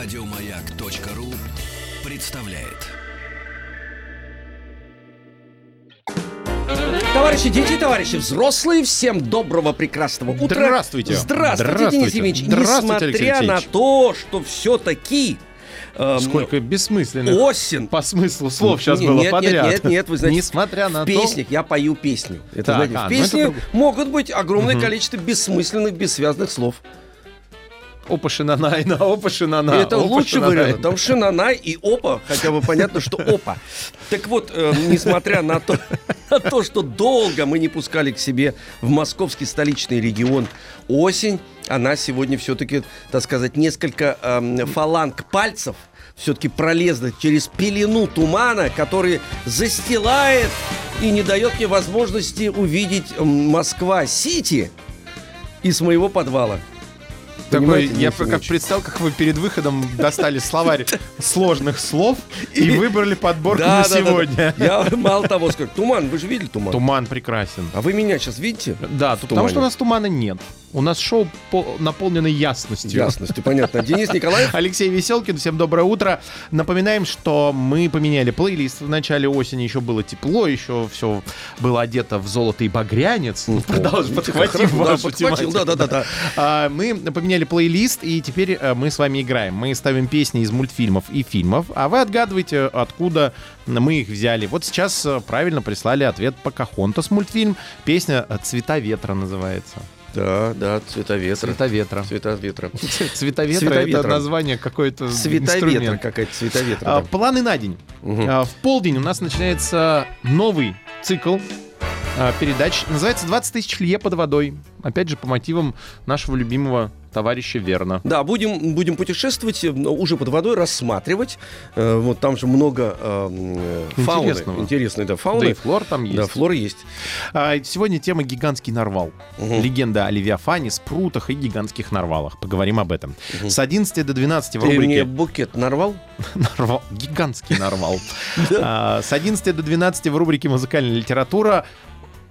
Радиомаяк.ру представляет. Товарищи дети, товарищи взрослые, всем доброго, прекрасного утра. Здравствуйте. Здравствуйте, Здравствуйте. Денис Евгеньевич. Здравствуйте, Алексей Несмотря на Алексеевич. то, что все-таки... эм, Сколько бессмысленных Осень. по смыслу слов сейчас Не- было нет, подряд. Нет, нет, нет, вы знаете, Несмотря на в то- песнях, я пою песню. Это, Так, знаете, а, в ну это песне друг- могут быть огромное количество бессмысленных, бессвязных слов. Опа шинанайна, опа шинана. это опа, лучше шинанайна. вариант. Там шинана и опа, хотя бы понятно, что опа. Так вот, э, несмотря на то, на то, что долго мы не пускали к себе в московский столичный регион осень, она сегодня все-таки, так сказать, несколько эм, фаланг пальцев все-таки пролезла через пелену тумана, который застилает и не дает мне возможности увидеть эм, Москва-Сити из моего подвала. Такой, Понимаете, я Денис как Евгеньевич? представил, как вы перед выходом достали словарь сложных слов и выбрали подборку на сегодня. Я мало того скажу. Туман, вы же видели туман? Туман прекрасен. А вы меня сейчас видите? Да, В потому что у тумане. нас тумана нет. У нас шоу по- наполнено ясностью. Ясностью, понятно. Денис Николаев? Алексей Веселкин, всем доброе утро. Напоминаем, что мы поменяли плейлист в начале осени, еще было тепло, еще все было одето в золото и багрянец. Продолж- подхватив Ну, Да, вашу подхватил, тематику, да-да-да, да. А, Мы поменяли плейлист, и теперь э, мы с вами играем. Мы ставим песни из мультфильмов и фильмов, а вы отгадываете, откуда мы их взяли. Вот сейчас э, правильно прислали ответ Покахонтас мультфильм. Песня э, «Цвета ветра» называется. Да, да, цвета ветра. «Цвета ветра». Цвета ветра. «Цвета ветра» — Цвета это ветра. название какой-то Цвета ветра инструмента. какая-то, цвета ветра. А, да. Планы на день. Мгм. А, В полдень у нас начинается новый цикл а, передач. Называется «20 тысяч лье под водой». Опять же, по мотивам нашего любимого товарища Верна. Да, будем, будем путешествовать, э, но уже под водой рассматривать. Э, вот там же много э, м, фауны. Интересного. Интересной, да, Да и фауны. флор там есть. Да, флор есть. А, Сегодня тема гигантский нарвал. Мгм. Легенда о Левиафане, спрутах и гигантских нарвалах. Поговорим об этом. С 11 до 12 в Ты мне рубрике букет нарвал? Нарвал. Гигантский нарвал. А, С 11 до 12 в рубрике «Музыкальная литература»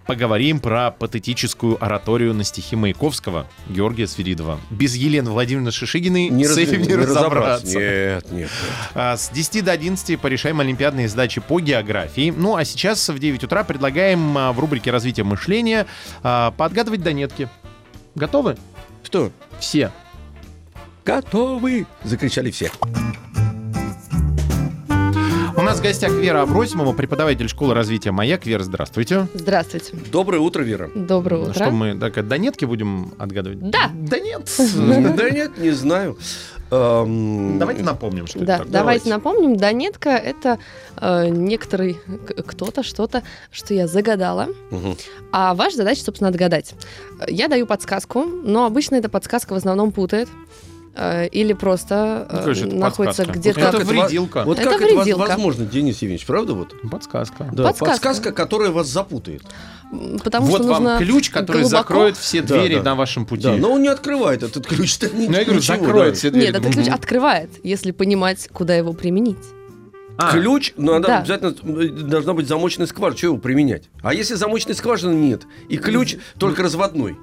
поговорим про патетическую ораторию на стихи Маяковского Георгия Свиридова. Без Елены Владимировны Шишигиной с разв- этим не разобраться. Нет, нет. А, С 10 до 11 порешаем олимпиадные задачи по географии. Ну а сейчас в 9 утра предлагаем а, в рубрике «Развитие мышления» а, подгадывать донетки. Готовы? Что? Все. Готовы! Закричали все. У нас в гостях Вера Абросимова, преподаватель школы развития «Маяк». Вера, здравствуйте. Здравствуйте. Доброе утро, Вера. Доброе утро. Э, Что мы, так, донетки будем отгадывать? Да. Да нет. Да нет, не знаю. Эм, Давайте напомним, что Да, это давайте, такое. напомним, Донетка — это э, некоторый к- кто-то, что-то, что я загадала, мгм. а ваша задача, собственно, отгадать. Э, Я даю подсказку, но обычно эта подсказка в основном путает э, или просто э, Какая же Ну, это находится подсказка? где-то... Это Как это вас- вредилка. Вот Это как это воз- вредилка. возможно, Денис Евгеньевич, правда вот? Подсказка. Да, Подсказка. подсказка, которая вас запутает. М, Потому вот что вам нужно ключ, который глубоко- закроет все Да, двери да. на вашем пути. Да, ну, но он не открывает этот ключ. Ну, Ну, я говорю, закроет все двери. Нет, этот ключ Мгм. открывает, если понимать, куда его применить. А, Ключ, но она Да. обязательно э, должна быть замочная скважина. Чего его применять? А если замочной скважины нет, и ключ только разводной.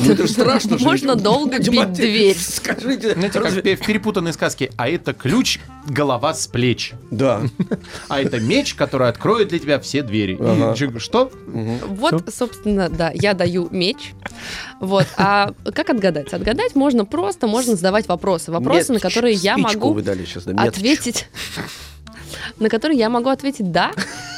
Ну, это ж страшно. же. Можно долго бить Понимаете? дверь. Скажите. Знаете, как разве- в пе- в перепутанной сказке. А это ключ, голова с плеч. Да. А это меч, который откроет для тебя все двери. И Ага. человек, Что? Вот, собственно, да, я даю меч. Вот. А как отгадать? Отгадать можно просто, можно задавать вопросы. Вопросы, на Нет, которые я спичку могу вы дали сейчас. да, меточку. ответить. На которые я могу ответить да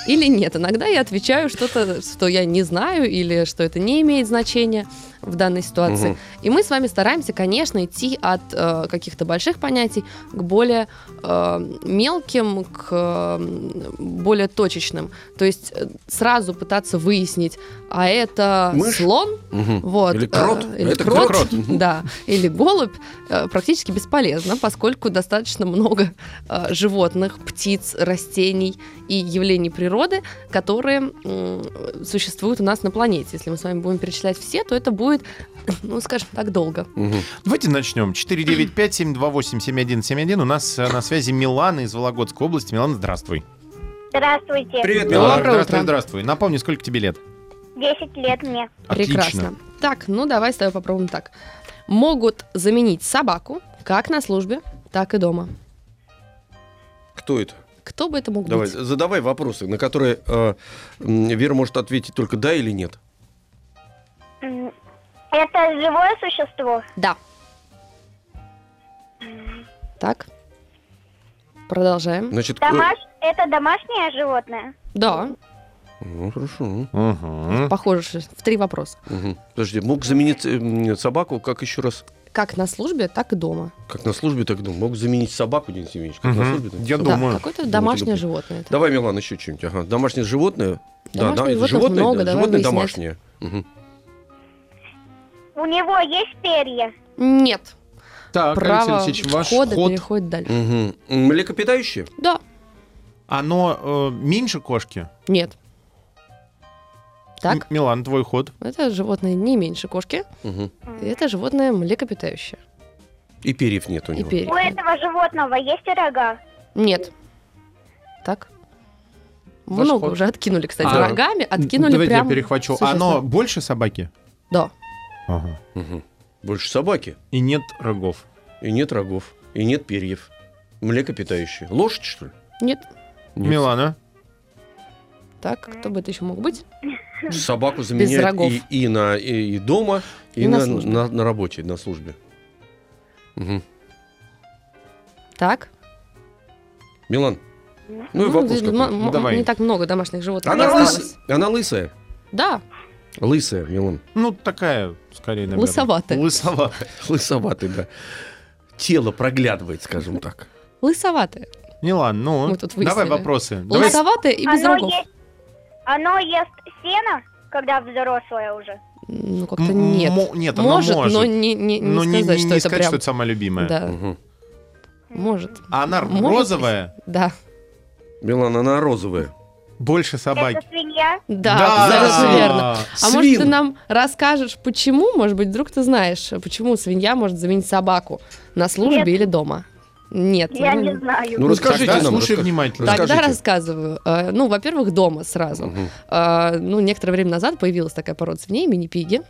или нет. Иногда я отвечаю что-то, что я не знаю, или что это не имеет значения в данной ситуации. Мгм. И мы с вами стараемся, конечно, идти от э, каких-то больших понятий к более э, мелким, к э, более точечным. То есть э, сразу пытаться выяснить, а это Мышь? слон, Мгм. вот, Или э, крот. или Это крот, крот. да, или голубь, э, практически бесполезно, поскольку достаточно много э, животных, птиц, растений и явлений природы, которые м, существуют у нас на планете. Если мы с вами будем перечислять все, то это будет, ну, скажем так, долго. Мгм. Давайте начнем. 495-728-7171. У нас э, на связи Милана из Вологодской области. Милана, здравствуй. Здравствуйте. Привет, Милана, Милана. Доброе здравствуй, утро. здравствуй. Напомни, сколько тебе лет? 10 лет мне. Прекрасно. Так, ну давай с тобой попробуем так. Могут заменить собаку, как на службе, так и дома. Кто это? Кто бы это мог Давай, быть? задавай вопросы, на которые э, м, Вера может ответить только да или нет. М, Это живое существо? Да. Так. Продолжаем. Значит, э, Домаш... Это домашнее животное? Да, ну, хорошо. Мгм. похоже, что в три вопроса. Мгм. Подожди, мог заменить э, м, собаку, как еще раз? Как на службе, так и дома. Как на службе, так думаю. Мог заменить собаку, Денис Евгеньевич, как на Мгм. службе. так и Я собаку. Да, Думаю. какое-то Думаю, домашнее тебе- животное. это. Давай, Милан, еще что-нибудь. Ага. Домашнее животное? Домашних да, животных животное, много, да, давай животное выяснять. домашнее. Мгм. У него есть перья? Нет. Так, Алексей Право А, Алексеевич, ваш входа ход. переходит дальше. Мгм. М, Млекопитающее? Да, Оно э, меньше кошки? нет. М- Так, Милан, твой ход. это животное не меньше кошки, Мгм. и это животное млекопитающее. И перьев нет у И него. перья. У этого животного есть рога? Нет. Так. Ваш Много ход. уже откинули, кстати, А, рогами. Откинули Давайте прям я перехвачу. существо. Оно больше собаки? Да. Ага. Мгм. Больше собаки. И нет рогов. И нет рогов. И нет перьев. Млекопитающее. Лошадь, что ли? Нет. Нет. Милана? Так, кто бы это еще мог быть? Собаку заменяют рогов. и, и на, и, и дома, и, И на на, службе. на- на работе, на службе. Мгм. Так. Милан, ну и вопрос здесь м- какой. м- Давай. Не так много домашних животных Она, лыс- осталось. она лысая? Да, Лысая, Милан. Ну, такая, скорее, наверное. Лысоватая. Лысоватая. Лысоватый, да. Тело проглядывает, скажем так. лысоватая. Милан, ну, Мы тут давай выяснили. вопросы. Давай. Лысоватая и без оно, рогов. Ест... оно ест сено, когда взрослое уже? Ну, как-то М- нет. мо- нет, оно может, может. но не, не, не Ну, не, сказать, не- что не это сказать, прям... что это самое любимое. Да, Мгм. может. А она Может розовая? Да. Милан, она розовая. Больше собаки. Это свинья? Да, абсолютно верно. А может, ты нам расскажешь, почему, может быть, вдруг ты знаешь, почему свинья может заменить собаку на службе Нет. или дома? Нет. Я ну, не знаю. Ну, расскажите Тогда нам. слушай расскажите. внимательно. Тогда Расскажите. рассказываю. Э, Ну, во-первых, дома сразу. Мгм. А, ну, некоторое время назад появилась такая порода свиней, мини-пиги,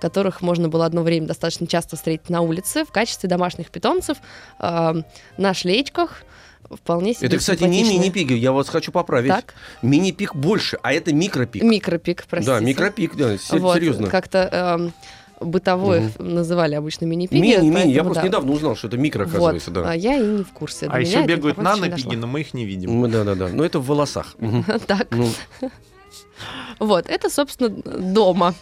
которых можно было одно время достаточно часто встретить на улице в качестве домашних питомцев, а, на шлейчках, вполне себе Это, кстати, не симпатичные. мини-пиги, а я вас хочу поправить. Так, Мини-пик больше, а это микропик. микропик, простите. Да, микропик, да, се- Вот, серьезно. Как-то эм, бытово их называли обычно мини-пиги. Мини-мини, я поэтому, просто да. недавно узнал, что это микро, Вот, оказывается, да. а я и не в курсе. До А меня еще эта бегают информация не нано-пиги, дошла. но мы их не видим. М, Да-да-да, но это в волосах. Мгм. Так, Ну, вот, это, собственно, дома.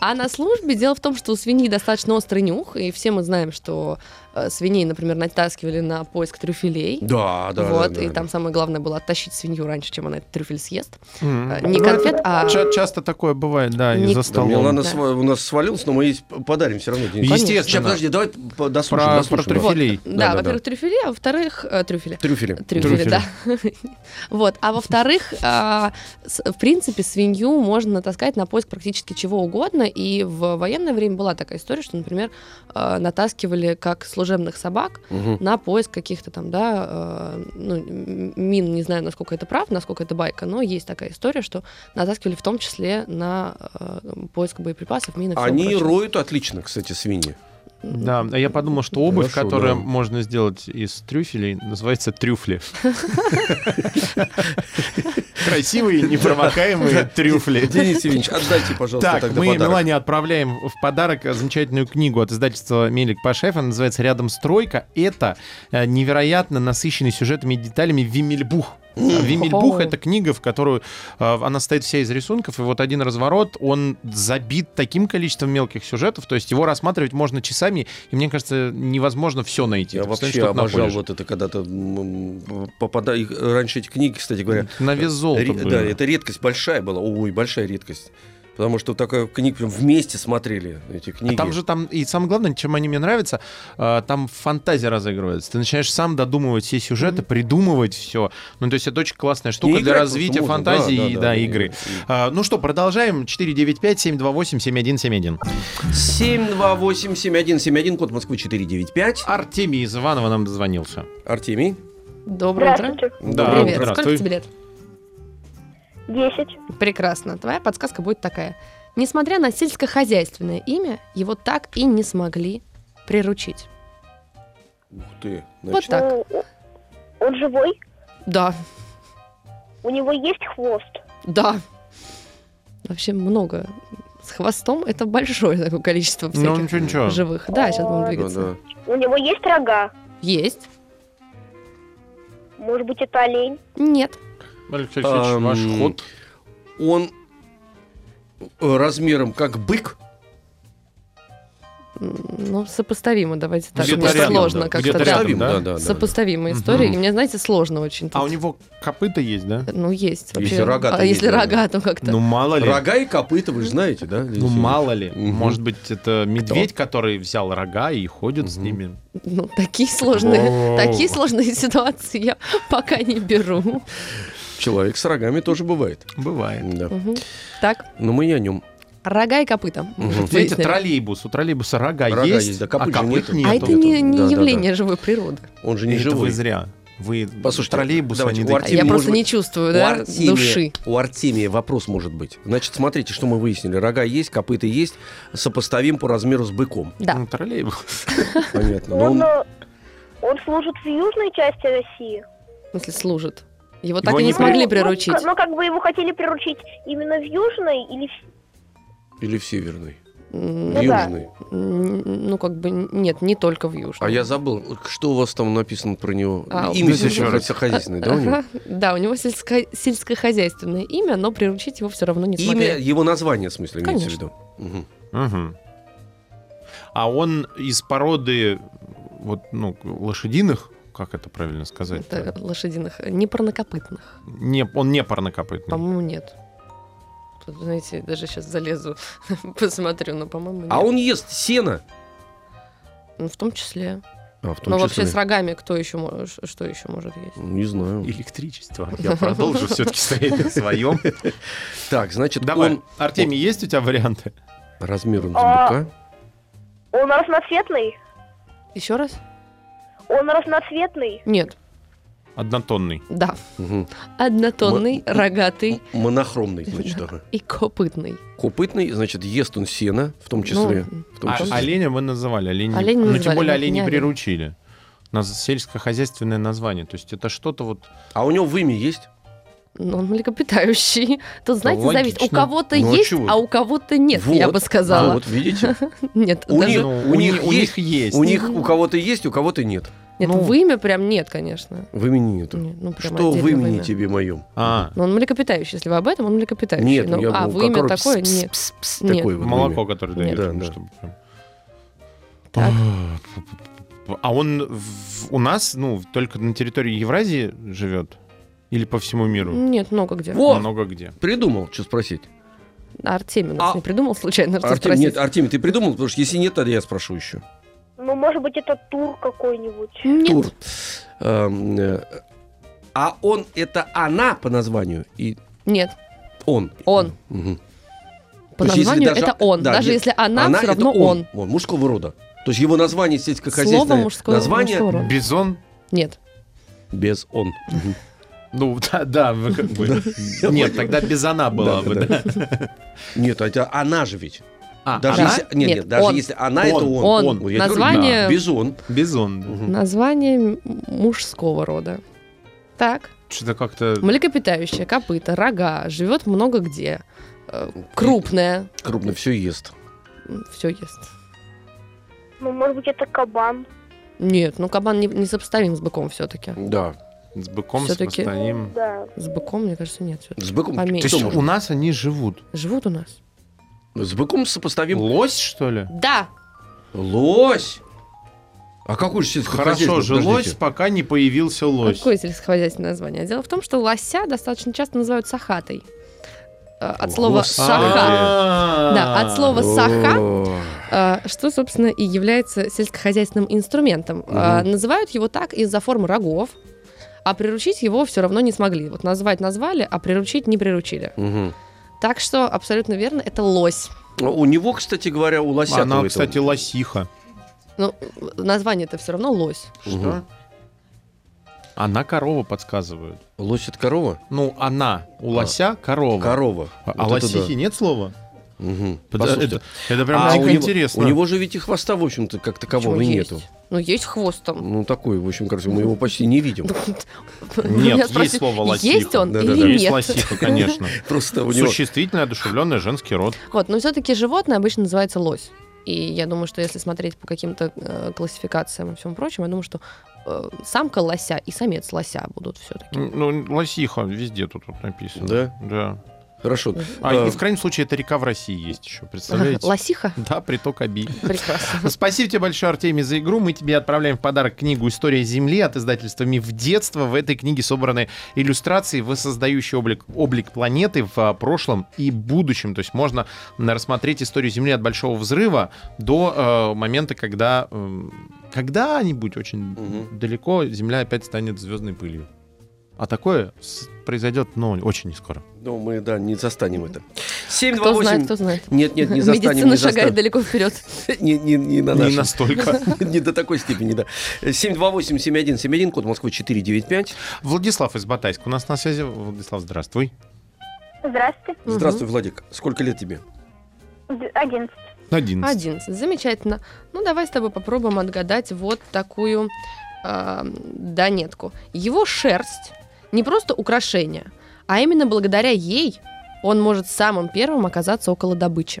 А на службе дело в том, что у свиньи достаточно острый нюх, и все мы знаем, что э, свиней, например, натаскивали на поиск трюфелей. Да, да. вот, да, и да. там самое главное было оттащить свинью раньше, чем она этот трюфель съест. Э, Ну, М. Не конфет, а... Ча- Часто такое бывает, да, Не- из-за Да, Да, стола. Милана Да. сва- у нас свалился, но мы ей подарим все равно. денег. Конечно. Естественно. Сейчас, подожди, давай по- дослушаем. Про- дослушаем. про трюфелей. Да, Да-да-да. во-первых, трюфели, а во-вторых, э, трюфели. Трюфели. Трюфели, Трюфели. да. Вот. А во-вторых, а, с- в принципе, свинью можно натаскать на поиск практически чего угодно. И в военное время была такая история, что, например, э, натаскивали как служебных собак Мгм. на поиск каких-то там, да, э, ну, м- мин, не знаю, насколько это прав, насколько это байка, но есть такая история, что натаскивали в том числе на э, поиск боеприпасов, мин и всего Они прочего. роют отлично, кстати, свиньи. Да, а я подумал, что обувь, Хорошо, которую да. можно сделать из трюфелей, называется трюфли. Красивые, непромокаемые трюфли. Денис Евгеньевич, отдайте, пожалуйста, Так, тогда мы подарок. Милане отправляем в подарок э, замечательную книгу от издательства Мелик Пашаев. Она называется «Рядом стройка». Это э, невероятно насыщенный сюжетами и деталями Вимельбух. Вимельбух — О. это книга, в которую э, она состоит вся из рисунков, и вот один разворот, он забит таким количеством мелких сюжетов, то есть его рассматривать можно часами, и мне кажется, невозможно все найти. Я Ты постоянно вообще что-то обожал находишь. вот это когда-то м, попада- их- Раньше эти книги, кстати говоря, На вес золота Ре- было. Да, это редкость большая была. Ой, большая редкость. Потому что такая книг прям вместе смотрели эти книги. А там же там, и самое главное, чем они мне нравятся, э, там фантазия разыгрывается. Ты начинаешь сам додумывать все сюжеты, придумывать все. Ну, то есть это очень классная штука для играть развития просто можно, фантазии да, да, и да, да, да, игры. да. А, Ну что, продолжаем. 495-728-7171. 728-7171, код Москвы 495. Артемий из Иванова нам дозвонился. Артемий. Доброе утро. Здравствуйте. Да, Привет. здравствуй. Сколько тебе лет? Десять. Прекрасно. Твоя подсказка будет такая. Несмотря на сельскохозяйственное имя, его так и не смогли приручить. Ух ты. Вот Значит, так. Ну, он живой, Да, у него есть хвост. да. Вообще много. С хвостом это большое такое количество Ну, всяких ничего, ничего. живых. Да, сейчас будем ну двигаться. да. У него есть рога. Есть? Может быть, это олень. Нет. Алексей Алексеевич, ваш ваш ход. ход. Он э, размером как бык. М, Ну, сопоставимо, давайте так. Где-то Мне рядом, сложно да. как-то. Где-то да. рядом. да? да, Сопоставимая история. Мгм. И мне, знаете, сложно очень тут. А у него копыта есть, да? Ну, есть. Если Вообще. рога, то а есть, если наверное. рога, то как-то. Ну, мало ли. Рога и копыта, вы же знаете, да? Ну, мало ли. Мгм. Может быть, это медведь, который взял рога и ходит с Мгм. ними. Ну, такие сложные, Воу. такие сложные ситуации я пока не беру. Человек с рогами тоже бывает. Бывает. Да. Мгм. Так, Но мы не о нем. рога и копыта. мы Мгм. выяснили. Видите, троллейбус. У троллейбуса рога, Рога есть, есть, да, а копыт же копыт нету. нету. а это не, не Да, да, явление живой природы. Он же Это не живой. вы зря. Вы Послушайте, троллейбусы, давайте, они у такие. Артемия А я может просто быть, не чувствую, да, Артемия- души. у Артемия вопрос может быть. Значит, смотрите, что мы выяснили. Рога есть, копыта есть, сопоставим по размеру с быком. Да. Ну, троллейбус. Понятно. Но Он, Ну, он- э, он служит в южной части России. В смысле, служит. Его так Его и не не смогли Ну, приручить. Ну, к- ну, как бы его хотели приручить именно в южной или в... Или в северной, М, Ну да. южной. м, Ну, как бы, нет, не только в Южном. А я забыл, что у вас там написано про него? А, Имя ну, еще ну, раз хозяйственное, да, у него? Ага. Да, у него сельско- сельскохозяйственное имя, но приручить его все равно не смогли. Имя, его название, в смысле, имеется в Конечно. виду. Мгм. Мгм. А он из породы вот, ну, лошадиных, как это правильно сказать? Это лошадиных, э, не парнокопытных. Не, он не парнокопытный. По-моему, нет. Тут, знаете, даже сейчас залезу, посмотрю, но, по-моему, нет. А он ест сено. Ну, в том числе. А, в но вообще с рогами кто еще мо- ш- что еще может есть? Не знаю. Электричество. Я продолжу все-таки стоять на своем. Так, значит, Давай, он Артемий, есть у тебя варианты? размером с А. быка. Он разноцветный? Еще раз? Он разноцветный? Нет. Однотонный. Да. Мгм. Однотонный, Мы- рогатый М- Монохромный, значит, Да. ага. и копытный. Копытный, значит, ест он сено, в том числе. Ну, в том А, числе. оленя мы называли. Олени... Оленя ну, назвали, тем более но олени не олень. приручили. У нас сельскохозяйственное название. То есть это что-то вот... А у него вымя есть? Ну, он млекопитающий. Тут, знаете, зависит. У логично. кого-то Ну, а есть, чего? а у кого-то нет, я Вот, А бы сказала. Вот, видите? Нет, У даже... них- у них у есть- них есть. У них у кого-то есть, у кого-то нет. Нет, ну. в имя прям нет, конечно. Вымени нету. Не, ну, прям Что отдельно в имени имя. тебе моем? А, Ну, он млекопитающий, если вы об этом, он млекопитающий. Нет, Ну, ну, я а, был, вы имя который такое? пс- Нет. пс- пс- Нет. такое вот молоко, имя. которое дает. Да, ну, да. чтобы прям. Так. А он в- у нас, ну, только на территории Евразии живет? Или по всему миру? Нет, много где. Во! Много где. Придумал, что спросить. А Артемий нас А- не придумал случайно, что Артем, спросить? нет, Артемий, ты придумал? Потому что если нет, тогда я спрошу еще. Ну, может быть, это тур какой-нибудь. Нет. Тур. Эм, э, А он это она по названию и Нет, он. он. Мгм. По То есть, если названию даже- а, это он. да, даже е- если она, все это равно он. он. Мужского рода. То есть его название Слово сельскохозяйственное мужского, название мужского рода. Бизон? Нет. без он. Мгм. Ну, да, да, вы как бы- Нет, тогда бизона была Да, бы, да, да. Нет, это она же ведь. А, Даже она? если, нет, Нет, нет, даже он. если она, Он. это он. Он. Вот я тебе говорю, Название- да, Бизон. Бизон. Мгм. Название м- мужского рода. Так. Что-то как-то... Млекопитающее, копыта, рога, живет много где. Э, Крупное. Крупно все ест. Все ест. Ну, может быть, это кабан. Нет, ну кабан не, не сопоставим с быком все-таки. Да. С быком Всё-таки- сопоставим. Да. С быком, мне кажется, нет. всё-таки. С быком. Поменьше. То Что есть можно? у нас они живут. Живут у нас. С быком сопоставим Лось, что ли? Да. лось. А какой же сельскохозяйственный? Хорошо жилось, Подождите. пока не появился лось. Какое сельскохозяйственное название? Дело в том, что лося достаточно часто называют сахатой. Э, От слова Господи. саха. А-а-а. Да, от слова саха, О, э, что, собственно, и является сельскохозяйственным инструментом. Э, Мгм. Называют его так из-за формы рогов, а приручить его все равно не смогли. Вот назвать назвали, а приручить не приручили. мгм. Так что абсолютно верно, это лось. А У него, кстати говоря, у лося. Она, кстати, лосиха. Ну, название-то все равно лось. Что? Она корова подсказывает. Лось это корова? Ну, она. У лося корова. А. Корова. А а Вот это лосихи нет слова? Мгм. Это, это прям А дико у него- интересно. У него же ведь и хвоста, в общем-то, как такового Почему и есть? нету. Ну, есть хвост там. Ну, такой, в общем, кажется, мы его почти не видим. Вы Нет, Ну, меня есть спросите, слово лосиха. Есть он Да-да-да. или Есть нет? лосиха, конечно. Просто у него... Существительное, одушевленное, женский род. Вот, но все-таки животное обычно называется лось. И я думаю, что если смотреть по каким-то э, классификациям и всему прочему, я думаю, что э, самка лося и самец лося будут все-таки. Ну, лосиха везде тут, вот написано. Да? Да. Хорошо. А, Э, и в крайнем случае, это река в России есть еще, представляете? Лосиха? Да, приток Аби. Прекрасно. Спасибо тебе большое, Артемий, за игру. Мы тебе отправляем в подарок книгу «История Земли» от издательства «Миф детства». В этой книге собраны иллюстрации, воссоздающие облик, облик планеты в а, прошлом и будущем. То есть можно м, рассмотреть историю Земли от Большого Взрыва до э, момента, когда м, когда-нибудь очень Мгм. далеко Земля опять станет звездной пылью. А такое с- произойдет, но очень не скоро. Ну, мы, да, не застанем это. Кто знает, 728... кто знает. Нет, нет, не застанем, Медицина не шагает застанем. далеко вперед. Не, не, не на Не нашем. настолько. Не до такой степени, да. 728-7171, код Москвы 495. Владислав из Батайска у нас на связи. Владислав, здравствуй. Здравствуйте. Мгм. Здравствуй, Владик. Сколько лет тебе? Д- Одиннадцать. 11. 11. Замечательно. Ну, давай с тобой попробуем отгадать вот такую э, донетку. Его шерсть не просто украшение, а именно благодаря ей он может самым первым оказаться около добычи.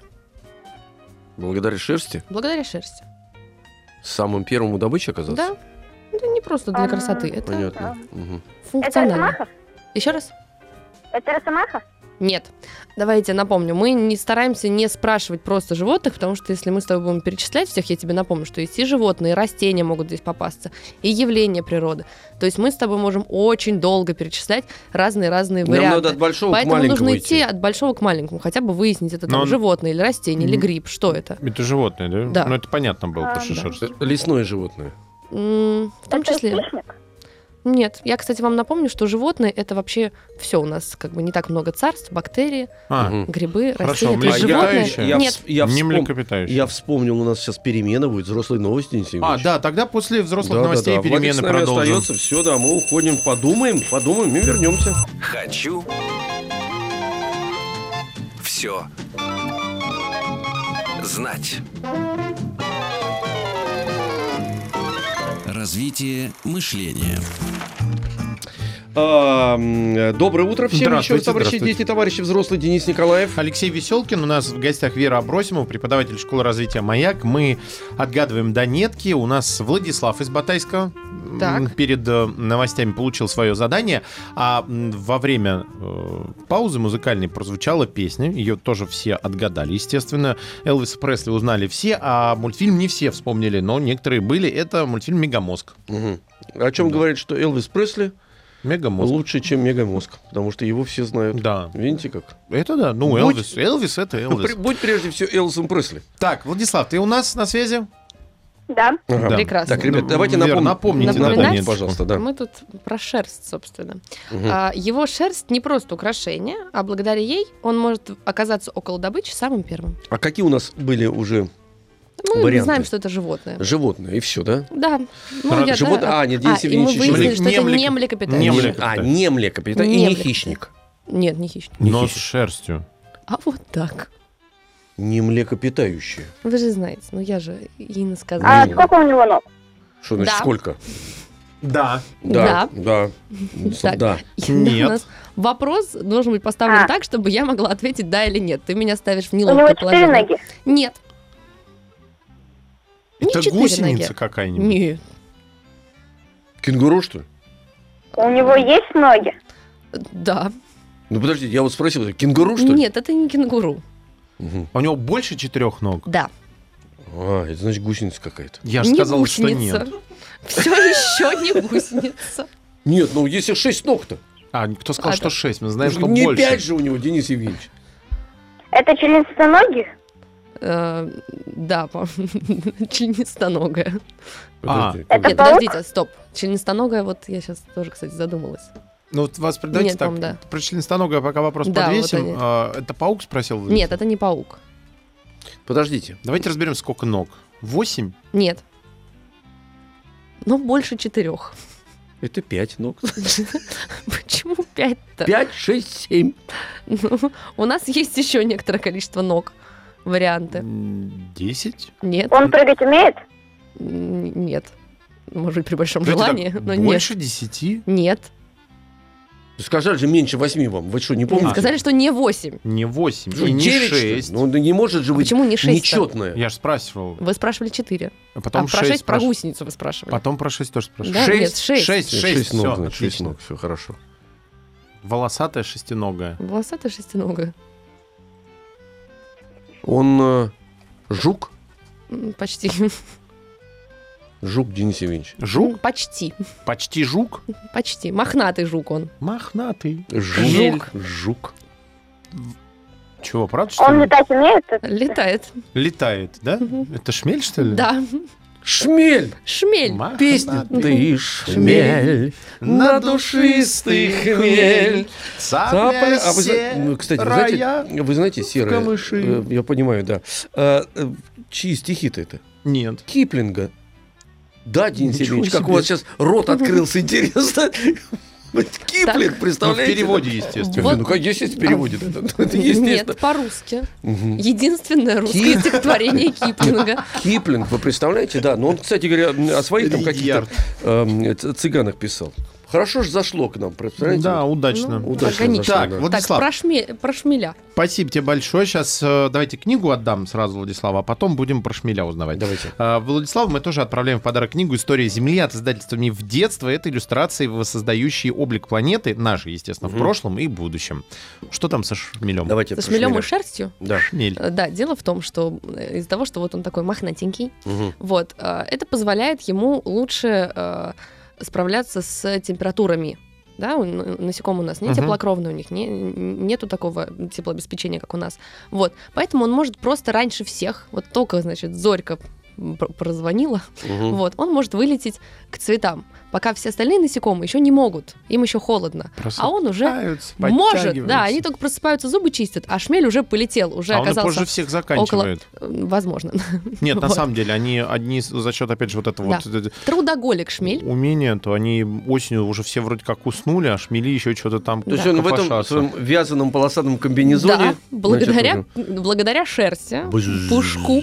Благодаря шерсти Благодаря шерсти. самым первым у добычи оказался? Да. Это не просто для А, красоты, это Понятно. Мгм. Ну, Это функционально. Росомаха? Еще раз? Это Росомаха? Нет. Давайте напомню, мы не стараемся не спрашивать просто животных, потому что если мы с тобой будем перечислять всех, я тебе напомню, что есть и животные, и растения могут здесь попасться, и явления природы. То есть мы с тобой можем очень долго перечислять разные-разные Нам варианты. надо от большого к Поэтому маленькому нужно идти. идти от большого к маленькому, хотя бы выяснить, это там Но- животное или растение, или М. гриб, что это. Это животное, да? Да. Ну, это понятно было, потому что А, шерсть. Э, Лесное животное. М, В том Это числе. хищник? Нет, я, кстати, вам напомню, что животные это вообще все у нас, как бы не так много царств, бактерии, А, Мгм. грибы, Хорошо, растения. То есть животное... млекопитающее? я, Нет, вс- я не вспом- млекопитающее. я вспомнил, у нас сейчас перемена будет, взрослые новости. Денис А, Евгеньевич. да, тогда после взрослых Да, да, новостей да. Владик ну, перемены а с нами продолжим. остается, все, да, мы уходим, подумаем, подумаем и вернемся. Хочу все знать. Развитие мышления. А, м, э, доброе утро всем еще Здравствуйте, раз, товарищи, здравствуйте. дети, товарищи, взрослый Денис Николаев. Алексей Веселкин, у нас в гостях Вера Абросимова, преподаватель школы развития «Маяк». Мы отгадываем до нетки. У нас Владислав из Батайска м, Так. перед э, новостями получил свое задание. А м, во время э, паузы музыкальной прозвучала песня. Ее тоже все отгадали, естественно. Элвис Пресли узнали все, а мультфильм не все вспомнили, но некоторые были. Это мультфильм «Мегамозг». Мгм. О чем говорит, что Элвис Пресли «Мегамозг». лучше, чем Мегамозг, потому что его все знают. Да. Видите как? Это да. Ну, Будь- Элвис. Элвис это Пре- Элвис. будь прежде всего Элвисом Пресли. Ну, Так, Владислав, ты у нас на связи? Да. Ага. Да. Прекрасно. Так, ребят, давайте Вер, напомним. напомните Напоминать? наконец-то. пожалуйста, да. Мы тут про шерсть, собственно. Мгм. А, его шерсть не просто украшение, а благодаря ей он может оказаться около добычи самым первым. Ну, А какие у нас были уже Мы Варианты. знаем, что это животное. животные? И все, да? Да. Ну, Правда, я, животное- да, а, нет, а, Денис и мы Евгеньевич еще- выяснили, что это Млеко- не Не млекопитающее. млеко- А, млекопитающее. не млекопитающее и Не не млекопитающее. хищник. Нет, не хищник. Но с хищник. шерстью. А вот так. Не млекопитающее. Вы же знаете, ну я же Инна сказала. А сколько у него ног? Что значит Да. сколько? Да. Да. Да. Так. Да. Инна, Нет. у нас вопрос должен быть поставлен А. так, чтобы я могла ответить да или нет. Ты меня ставишь в У него неловкое четыре положение. ноги. Нет. Не Это четыре гусеница ноги. какая-нибудь. Нет. Кенгуру, что ли? У него есть ноги? Да. Ну, подожди, я вот спросил, Ну, кенгуру, что ли? Нет, это не кенгуру. Мгм. А У него больше четырех ног. Да. А, это значит гусеница какая-то. Я же не сказал, что гусеница. нет. Все еще не гусеница. Нет, ну если шесть ног-то. А, кто сказал, А, что да. шесть? Мы знаем, что не больше. пять же у него, Денис Евгеньевич. Это членистоногих? Э, Да, по- членистоногая. А. Подожди. Это Нет, паук? подождите, стоп. Членистоногая, вот я сейчас тоже, кстати, задумалась. Ну, вот вас, давайте Нет, так, по-моему, про членистоногое пока вопрос Да, подвесим. вот они. А, это паук спросил? Владислав? Нет, это не паук. Подождите. Давайте разберем, сколько ног. Восемь? Нет. Но больше четырех. Это пять ног. Почему пять-то? Пять, шесть, семь. Ну, У нас есть еще некоторое количество ног. варианты? М, Десять? Нет? Он прыгать умеет? М, Нет. Может быть, при большом Это желании, так но нет. Больше десяти? Нет. Сказали же меньше восьми вам. Вы что, не помните? Сказали, что не 8. Не восемь, Что, и не девять, что ли? шесть. Ну, да не может же быть Почему не 6? нечетное. Я же спрашивал. Вы спрашивали 4. А Потом а про 6 шесть. про прош- гусеницу вы спрашивали. Потом про шесть тоже спрашивал. Да, нет, шесть. Шесть, шесть, ног, всё, значит, шесть отлично. ног, все хорошо. Волосатая шестиногая. Волосатая шестинога. Он э, жук? М, Почти. Жук Денис Евгеньевич. Жук? Почти. Почти жук? Почти. Мохнатый жук он. Мохнатый. Жук. Жук. Чего, правда, что Он ли? летать умеет? Э, Летает. Летает, да? Мгм. Это шмель, что ли? Да. Шмель! Шмель. Мохнатый. Песня ты шмель, на душистый хмель. Цапля- а вы зна- ну, кстати, вы знаете, вы знаете, серые, камыши. э, я понимаю, да. А, э, чьи стихи-то это? Нет. Киплинга. Да, Денис Ничего Евгеньевич, как себе. у вас сейчас рот открылся, интересно. Вот Киплинг, Ну, в представляете? переводе, естественно. Вот. Ну, конечно, если в переводе. Это это естественно. Нет, по-русски. Мгм. Единственное русское Ки- стихотворение Киплинга. Киплинг, вы представляете, да. Но он, кстати говоря, о своих там каких-то Ридьярд. эм, ц- цыганах писал. Хорошо же зашло к нам, представляете? Да, удачно. Ну, Удачно органично. зашло, Так, да. вот- Так, Владислав. про, шме- про шмеля. Спасибо тебе большое. Сейчас давайте книгу отдам сразу Владиславу, а потом будем про шмеля узнавать. Давайте. А, Владиславу мы тоже отправляем в подарок книгу «История Земли» от издательства «Миф детства». Это иллюстрации, воссоздающие облик планеты, нашей, естественно, в Мгм. прошлом и будущем. Что там со шмелем? Давайте Со про шмелем и шмеля. шерстью. Да. Шмель. Э, Да, дело в том, что э, из-за того, что вот он такой мохнатенький, Мгм. вот, э, это позволяет ему лучше э, справляться с температурами. Да, у н- насекомые у нас не Мгм. теплокровные, у них не- нету такого теплообеспечения, как у нас. Вот, поэтому он может просто раньше всех, вот только, значит, зорька пр- прозвонила, Мгм. Вот, он может вылететь к цветам, пока все остальные насекомые еще не могут, им еще холодно. А он уже Просыпаются, может, да, они подтягиваются. только просыпаются, зубы чистят, а шмель уже полетел, уже А он и оказался, позже всех заканчивает. Э, возможно, Нет, на Вот. самом деле, они одни с- за счет, опять же, вот этого Да. вот э, трудоголик шмель. умения, то они осенью уже все вроде как уснули, а шмели еще что-то там То есть он в этом копошатся. своем вязаном полосатом Да, комбинезоне... благодаря, значит, благодаря шерсти, пушку,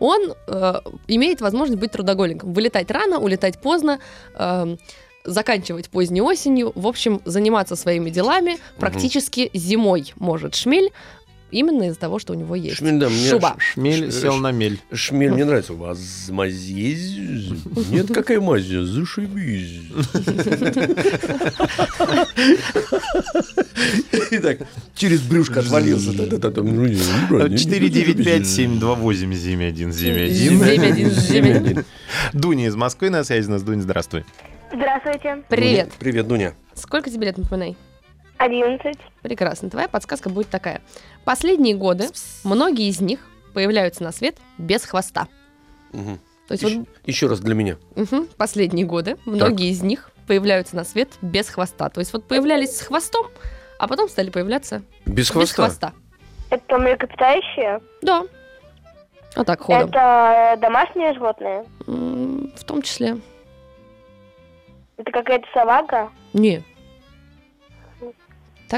он э, имеет возможность быть трудоголиком, вылетать рано, улетать поздно. э, заканчивать поздней осенью, в общем, заниматься своими делами практически зимой может шмель, именно из-за того, что у него есть Шмель, да, мне шуба. Шмель Ш- сел ш- на мель. Шмель мне нравится. У вас мазь есть? Нет, какая мазь? Зашибись. Итак, через брюшко отвалился. Да-да-да, ну, не, ну, да, не, 495-728, зиме 1, зиме 1. Зиме один, зиме один. Дуня из Москвы на связи у нас. Дуня, здравствуй. Здравствуйте. Привет. Привет, Дуня. Сколько тебе лет, напоминай? 11. Прекрасно. Твоя подсказка будет такая. Последние годы многие из них появляются на свет без хвоста. Мгм. То есть Ещё- вот Еще раз для меня. мгм, последние годы многие из них появляются на свет без хвоста. То есть вот появлялись с хвостом, а потом стали появляться Без без хвоста. хвоста. Это млекопитающие? Да. Вот так ходом. Это э, домашние животные? М, В том числе. Это какая-то собака? Не.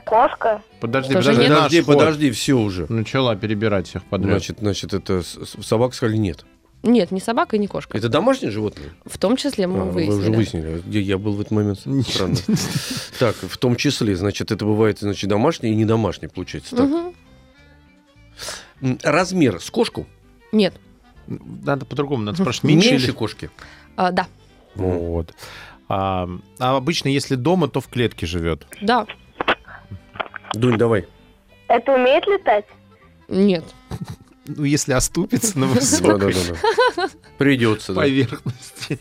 Кошка? Подожди, Тоже подожди, нет. наш Подожди, ход. подожди, все уже. Начала перебирать всех подряд. Значит, значит, это с- с- собак сказали нет. Нет, не собака и не кошка. Это домашнее животное? В том числе мы Ну, А, выяснили. Вы уже выяснили. Где я был в этот момент? Странно. Так, в том числе, значит, это бывает, значит, домашнее и не домашнее, получается. Так. Мгм. М, Размер с кошку? Нет. Надо по-другому, надо спрашивать, меньше или... кошки. А, да. Вот. А, а обычно, если дома, то в клетке живет. Да. Дунь, давай. Это умеет летать? Нет. Ну, если оступится на Да-да-да-да. Придется. да. поверхности.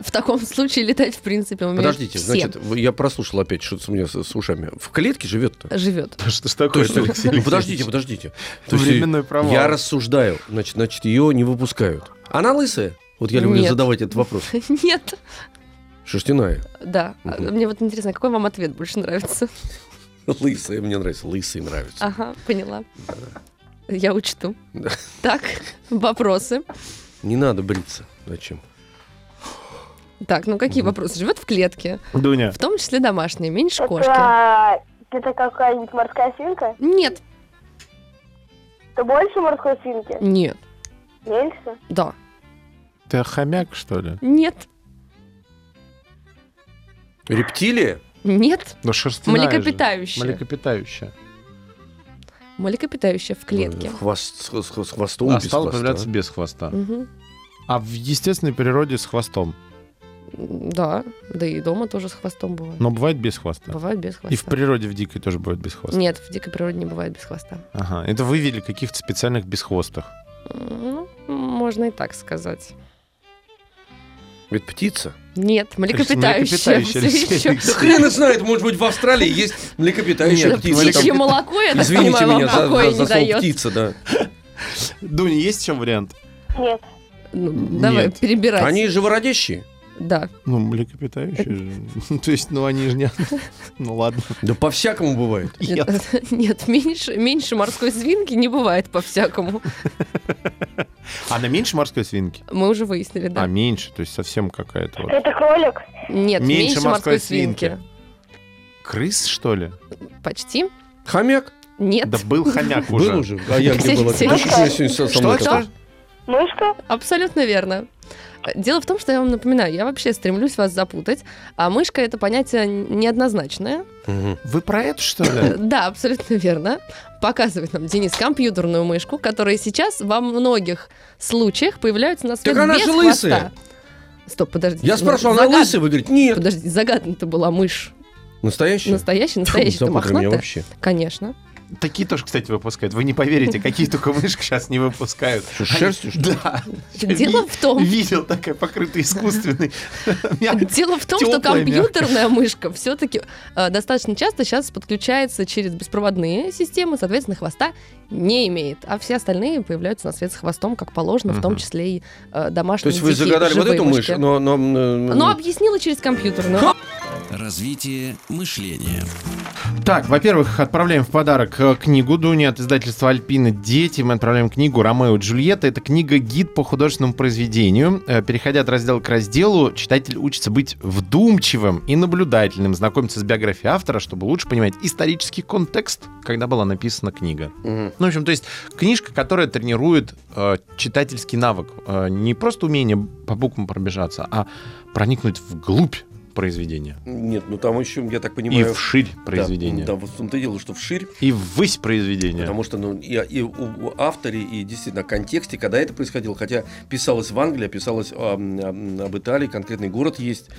В таком случае летать, в принципе, умеет Подождите, все. значит, вы- я прослушал опять, что-то у меня с с ушами. В клетке живет-то? Живет. Что ж такое-то, Ну, Алексей Подождите, Алексеевич? подождите. То есть, Временной провал. Я рассуждаю, значит, значит, ее не выпускают. Она лысая? Вот я люблю Нет. задавать этот вопрос. Нет. Шерстяная. Да. А, Мгм. Мне вот интересно, какой вам ответ больше нравится? Лысая, мне нравится. Лысые нравятся. Ага, поняла. Я учту. Да. Так, вопросы. Не надо бриться. Зачем? Так, ну какие Мгм. вопросы? Живет в клетке, Дуня, в том числе домашние, меньше кошки. а, Это, это какая-нибудь морская свинка? Нет, Что больше морской свинки? Нет. Меньше? Да. Ты хомяк, что ли? Нет. Рептилия? Нет. Да шерстяная же. Млекопитающее. Млекопитающее. Млекопитающее в клетке. Э, Хвост, с, с- с хвостом, А без стало хвоста. появляться без хвоста. Мгм. А в естественной природе с хвостом. Да. Да и дома тоже с хвостом бывает. Но бывает без хвоста. Бывает без хвоста. И в природе в дикой тоже бывает без хвоста. Нет, в дикой природе не бывает без хвоста. Ага. Это вывели каких-то специальных бесхвостых. Ну, можно и так сказать. Ведь птица. Нет, млекопитающее. млекопитающее, Алексей всё ещё. Да хрен и знает, может быть, в Австралии есть млекопитающая Это птица. Птичье молоко, я так ну, Извините понимаю, вам меня за, покоя за- за не слово дает. птица, да. Дуня, есть еще вариант? Нет. Ну, Давай Нет. перебирать. Они живородящие. Да. Ну, млекопитающие же. То есть, ну, они же не... Ну, ладно. Да по-всякому бывает. Нет, меньше, меньше морской свинки не бывает по-всякому. Она А меньше морской свинки? Мы уже выяснили, А, да. меньше, то есть совсем какая-то вот... Это кролик? А Нет, меньше, морской, свинки. Крыс, что ли? Почти. Хомяк. Нет. Да был хомяк уже. Был уже? А я где была? Все- Да все- что ж у меня сегодня со- со Что, мной что? такое? Мышка? Абсолютно верно. Дело в том, что я вам напоминаю, я вообще стремлюсь вас запутать, а мышка это понятие неоднозначное. Мгм. Вы про это, что ли? Да, абсолютно верно. Показывает нам Денис компьютерную мышку, которая сейчас во многих случаях появляется на свет она без же хвоста. лысая. Стоп, подожди. Я Ну, спрашивал, она загад- лысая? Вы говорите, нет. Подожди, загадана-то была мышь. Настоящая? Настоящая, Тьфу, настоящая. Ты запутали меня мохнатая? вообще. Конечно. Такие тоже, кстати, выпускают. Вы не поверите, какие только мышки сейчас не выпускают. Что, с шерстью, что ли? Да. Дело в том, Видел такая покрытая искусственной. Дело в том, что Тёплая, компьютерная мышка все-таки достаточно часто сейчас подключается через беспроводные системы, соответственно, хвоста не имеет, а все остальные появляются на свет с хвостом, как положено, в том Мгм. числе и э, То домашние есть вы дикие загадали вот живые эту мышь, ну, мышки. но... но, м, Но объяснила через ну, компьютерную. Развитие мышления. Так, во-первых, отправляем в подарок э, книгу Дуни от издательства Альпина «Дети». Мы отправляем книгу «Ромео и Джульетта». Это книга «Гид по художественному произведению». Э, Переходя от раздела к разделу, читатель учится быть вдумчивым и наблюдательным, знакомиться с биографией автора, чтобы лучше понимать исторический контекст, когда была написана книга. Мгм. Ну, в общем, то есть книжка, которая тренирует э, читательский навык. Э, не просто умение по буквам пробежаться, а проникнуть вглубь произведения. Нет, ну там еще, я так И понимаю... вширь да, произведения. Да, вот в том-то и дело, что вширь, И ввысь произведения. потому что ну, и, и у автора, и действительно контексте, когда это происходило, хотя писалось в Англии, а писалось а, м, об Италии, конкретный город есть,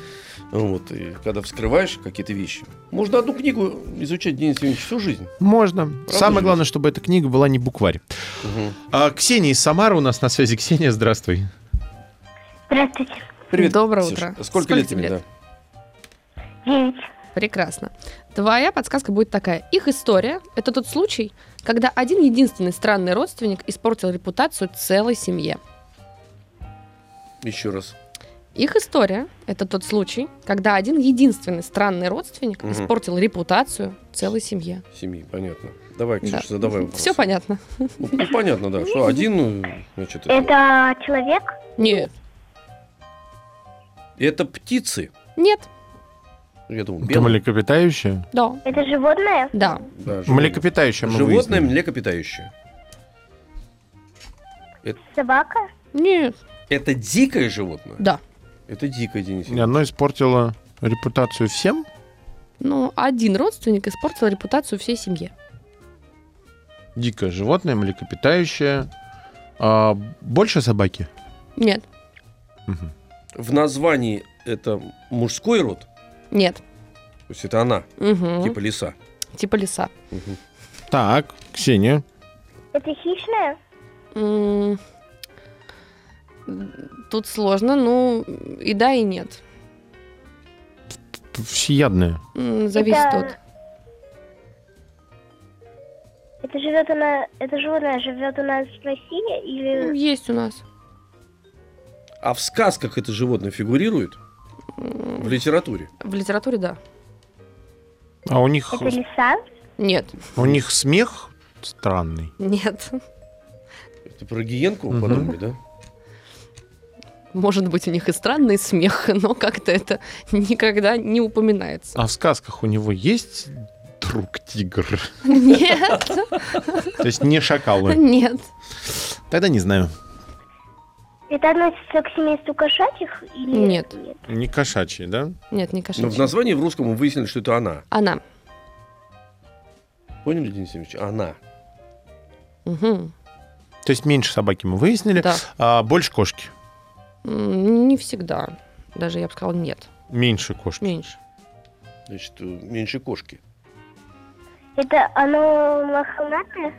Ну вот, и когда вскрываешь какие-то вещи, можно одну книгу изучать, Денис Евгеньевич, всю жизнь. Можно. Самое же? главное, чтобы эта книга была не букварь. Мгм. А, Ксения из Самары у нас на связи. Ксения, здравствуй. Здравствуйте. Привет, Доброе Ксюш. утро. Сколько, лет тебе? да? Девять. Прекрасно. Твоя подсказка будет такая. Их история – это тот случай, когда один единственный странный родственник испортил репутацию целой семье. Еще раз. Их история – это тот случай, когда один единственный странный родственник Мгм. испортил репутацию целой семье. Семьи, понятно. Давай, Ксюша, задавай вопрос. Все понятно. Ну, ну, понятно, да. Что один, э, значит, это... Это человек? Нет. это птицы. Нет. Я думал, Это белые. млекопитающее? Да. Это животное? Да. Да, животные. Млекопитающее мы Животное выяснили. млекопитающее. Собака? Нет. Это дикое животное? Да. Это дикое, Денис. И Оно испортило репутацию всем? Ну, один родственник испортил репутацию всей семье. Дикое животное, млекопитающее. А, больше собаки? Нет. Мгм. В названии это мужской род, Нет. то есть это она, Мгм. типа лиса. Типа лиса. Так, Ксения. Это хищное? М, Тут сложно, ну и да, и нет. Всеядное. М, Зависит Это- от. Это живет она, это животное живет у нас в России Ну, или Есть у нас. А в сказках это животное фигурирует в М, литературе. В литературе да. А у них, это лиса? Нет. у них смех странный. Нет. Это про гиенку Мгм. подумали, да? Может быть, у них и странный смех, но как-то это никогда не упоминается. А в сказках у него есть друг тигр. Нет, То есть не шакалы. нет. Тогда не знаю. Это относится к семейству кошачьих или Нет. нет? Не кошачий, да? Нет, не Но в кошачья. названии в русском мы выяснили, что это она. Она. Поняли, Денис Евгеньевич? Она. Мгм. То есть меньше собаки мы выяснили, Да. а больше кошки. М, Не всегда. Даже я бы сказала нет. Меньше кошки. Меньше. Значит, э, меньше кошки. Это оно лохматое?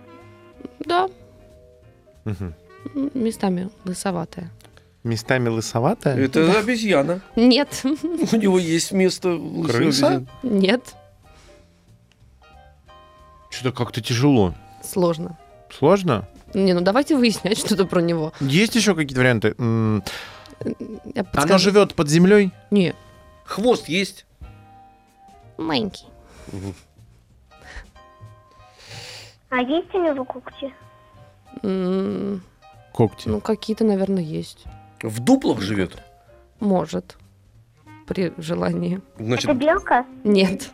Да, Мгм. м, местами лысоватая. Местами лысоватая. Это обезьяна. Нет, У него есть место. лысой Крыса? обезьяны. нет, Что-то как-то тяжело. сложно. Сложно? Не, ну давайте выяснять что-то про него. Есть еще какие-то варианты? М, Я Оно подскажу. живет под землей? Не, Хвост есть. маленький. А есть у него когти? М, Когти. Ну, какие-то, наверное, есть. В дуплах живет. Может. При желании. Значит, Это белка? Нет.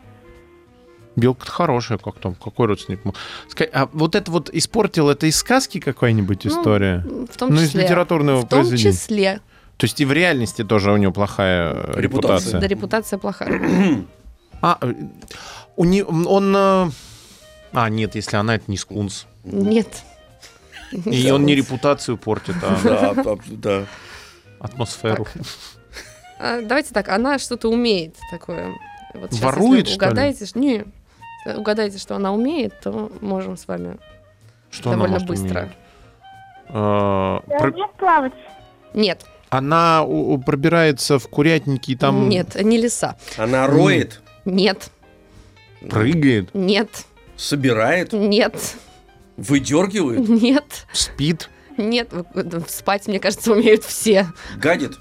Белка-то хорошая, как там, какой родственник. мог? Ска- А вот это вот испортил, это из сказки какая-нибудь Ну, история? М, В том Ну, из числе. литературного в том произведения. числе. То есть и в реальности тоже у него плохая э, Репутация. Да, репутация. репутация плохая. А, э, у не, м, он... э, А, нет, если она, это не скунс. Нет. И он не репутацию портит, а да, пап, да. атмосферу. Так. А, Давайте так, она что-то умеет такое. Вот сейчас, Ворует, если что ли? угадаете, что не, э, угадаете, что она умеет, то можем с вами Что довольно она может быстро. уметь? Э, Да, про- нет, плавать. Нет, Она у- у- пробирается в курятники и там нет, не лиса. Она роет, Нет, прыгает, нет, собирает, нет, выдергивает, нет, спит. нет. Вы- Спать, мне кажется, умеют все. гадит.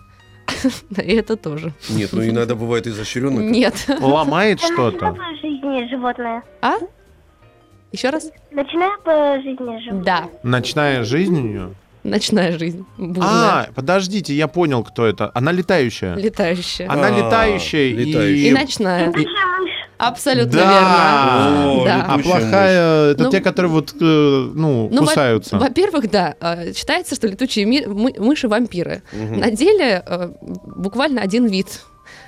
И это тоже. Нет, ну иногда бывает Ну, изощренно. Нет. Ломает Это что-то. начало по жизни животное? А? Еще раз? Ночная по жизни животное? Да. Ночная жизнь у нее. Ночная жизнь. Бурная. А, подождите, я понял, кто это. Она летающая. Летающая. Она А, летающая И летающая. и... ночная. Большая мышь. Абсолютно верно. Да. верно. О, Да. А летучая плохая, это Ну, те, которые вот, э, ну, Ну, во- кусаются. Во-первых, да, э, считается, что летучие ми- мы- мыши вампиры. Мгм. На деле э, буквально один вид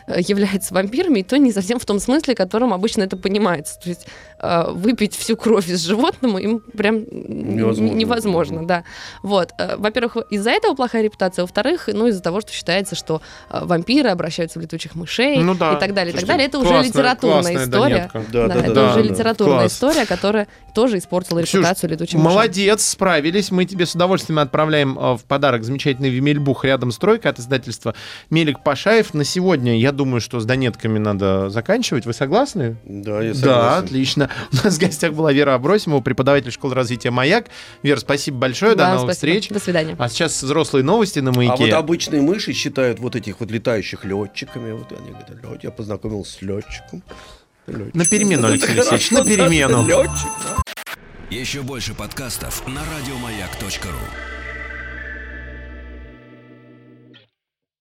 э, является вампирами, и то не совсем в том смысле, которым обычно это понимается. То есть э, выпить всю кровь из животному им прям м, Невозможно. невозможно, да. Вот. Э, Во-первых, из-за этого плохая репутация, во-вторых, ну, из-за того, что считается, что э, вампиры обращаются в летучих мышей Ну да. и так далее, и так Слушайте, далее. Это уже классная- литературная классная история. Донетка. Да, Да, да, это да, да. уже литературная Класс. история, которая тоже испортила Ксюш, репутацию летучих мышей. Молодец, справились. Мы тебе с удовольствием отправляем э, в подарок замечательный вимельбух рядом стройка от издательства Мелик Пашаев. На сегодня, я думаю, что с донетками надо заканчивать. Вы согласны? Да, я Да, согласен. отлично. У нас в гостях была Вера Абросимова, преподаватель школы развития «Маяк». Вера, спасибо большое, до Да, новых спасибо. встреч. До свидания. А сейчас взрослые новости на А вот «Маяке». обычные мыши считают вот этих вот летающих летчиками. Вот они говорят, «Лёть, я познакомился с летчиком. На перемену, Алексей Алексеевич, на перемену. Летчик, да. Еще больше подкастов на радиомаяк.ру.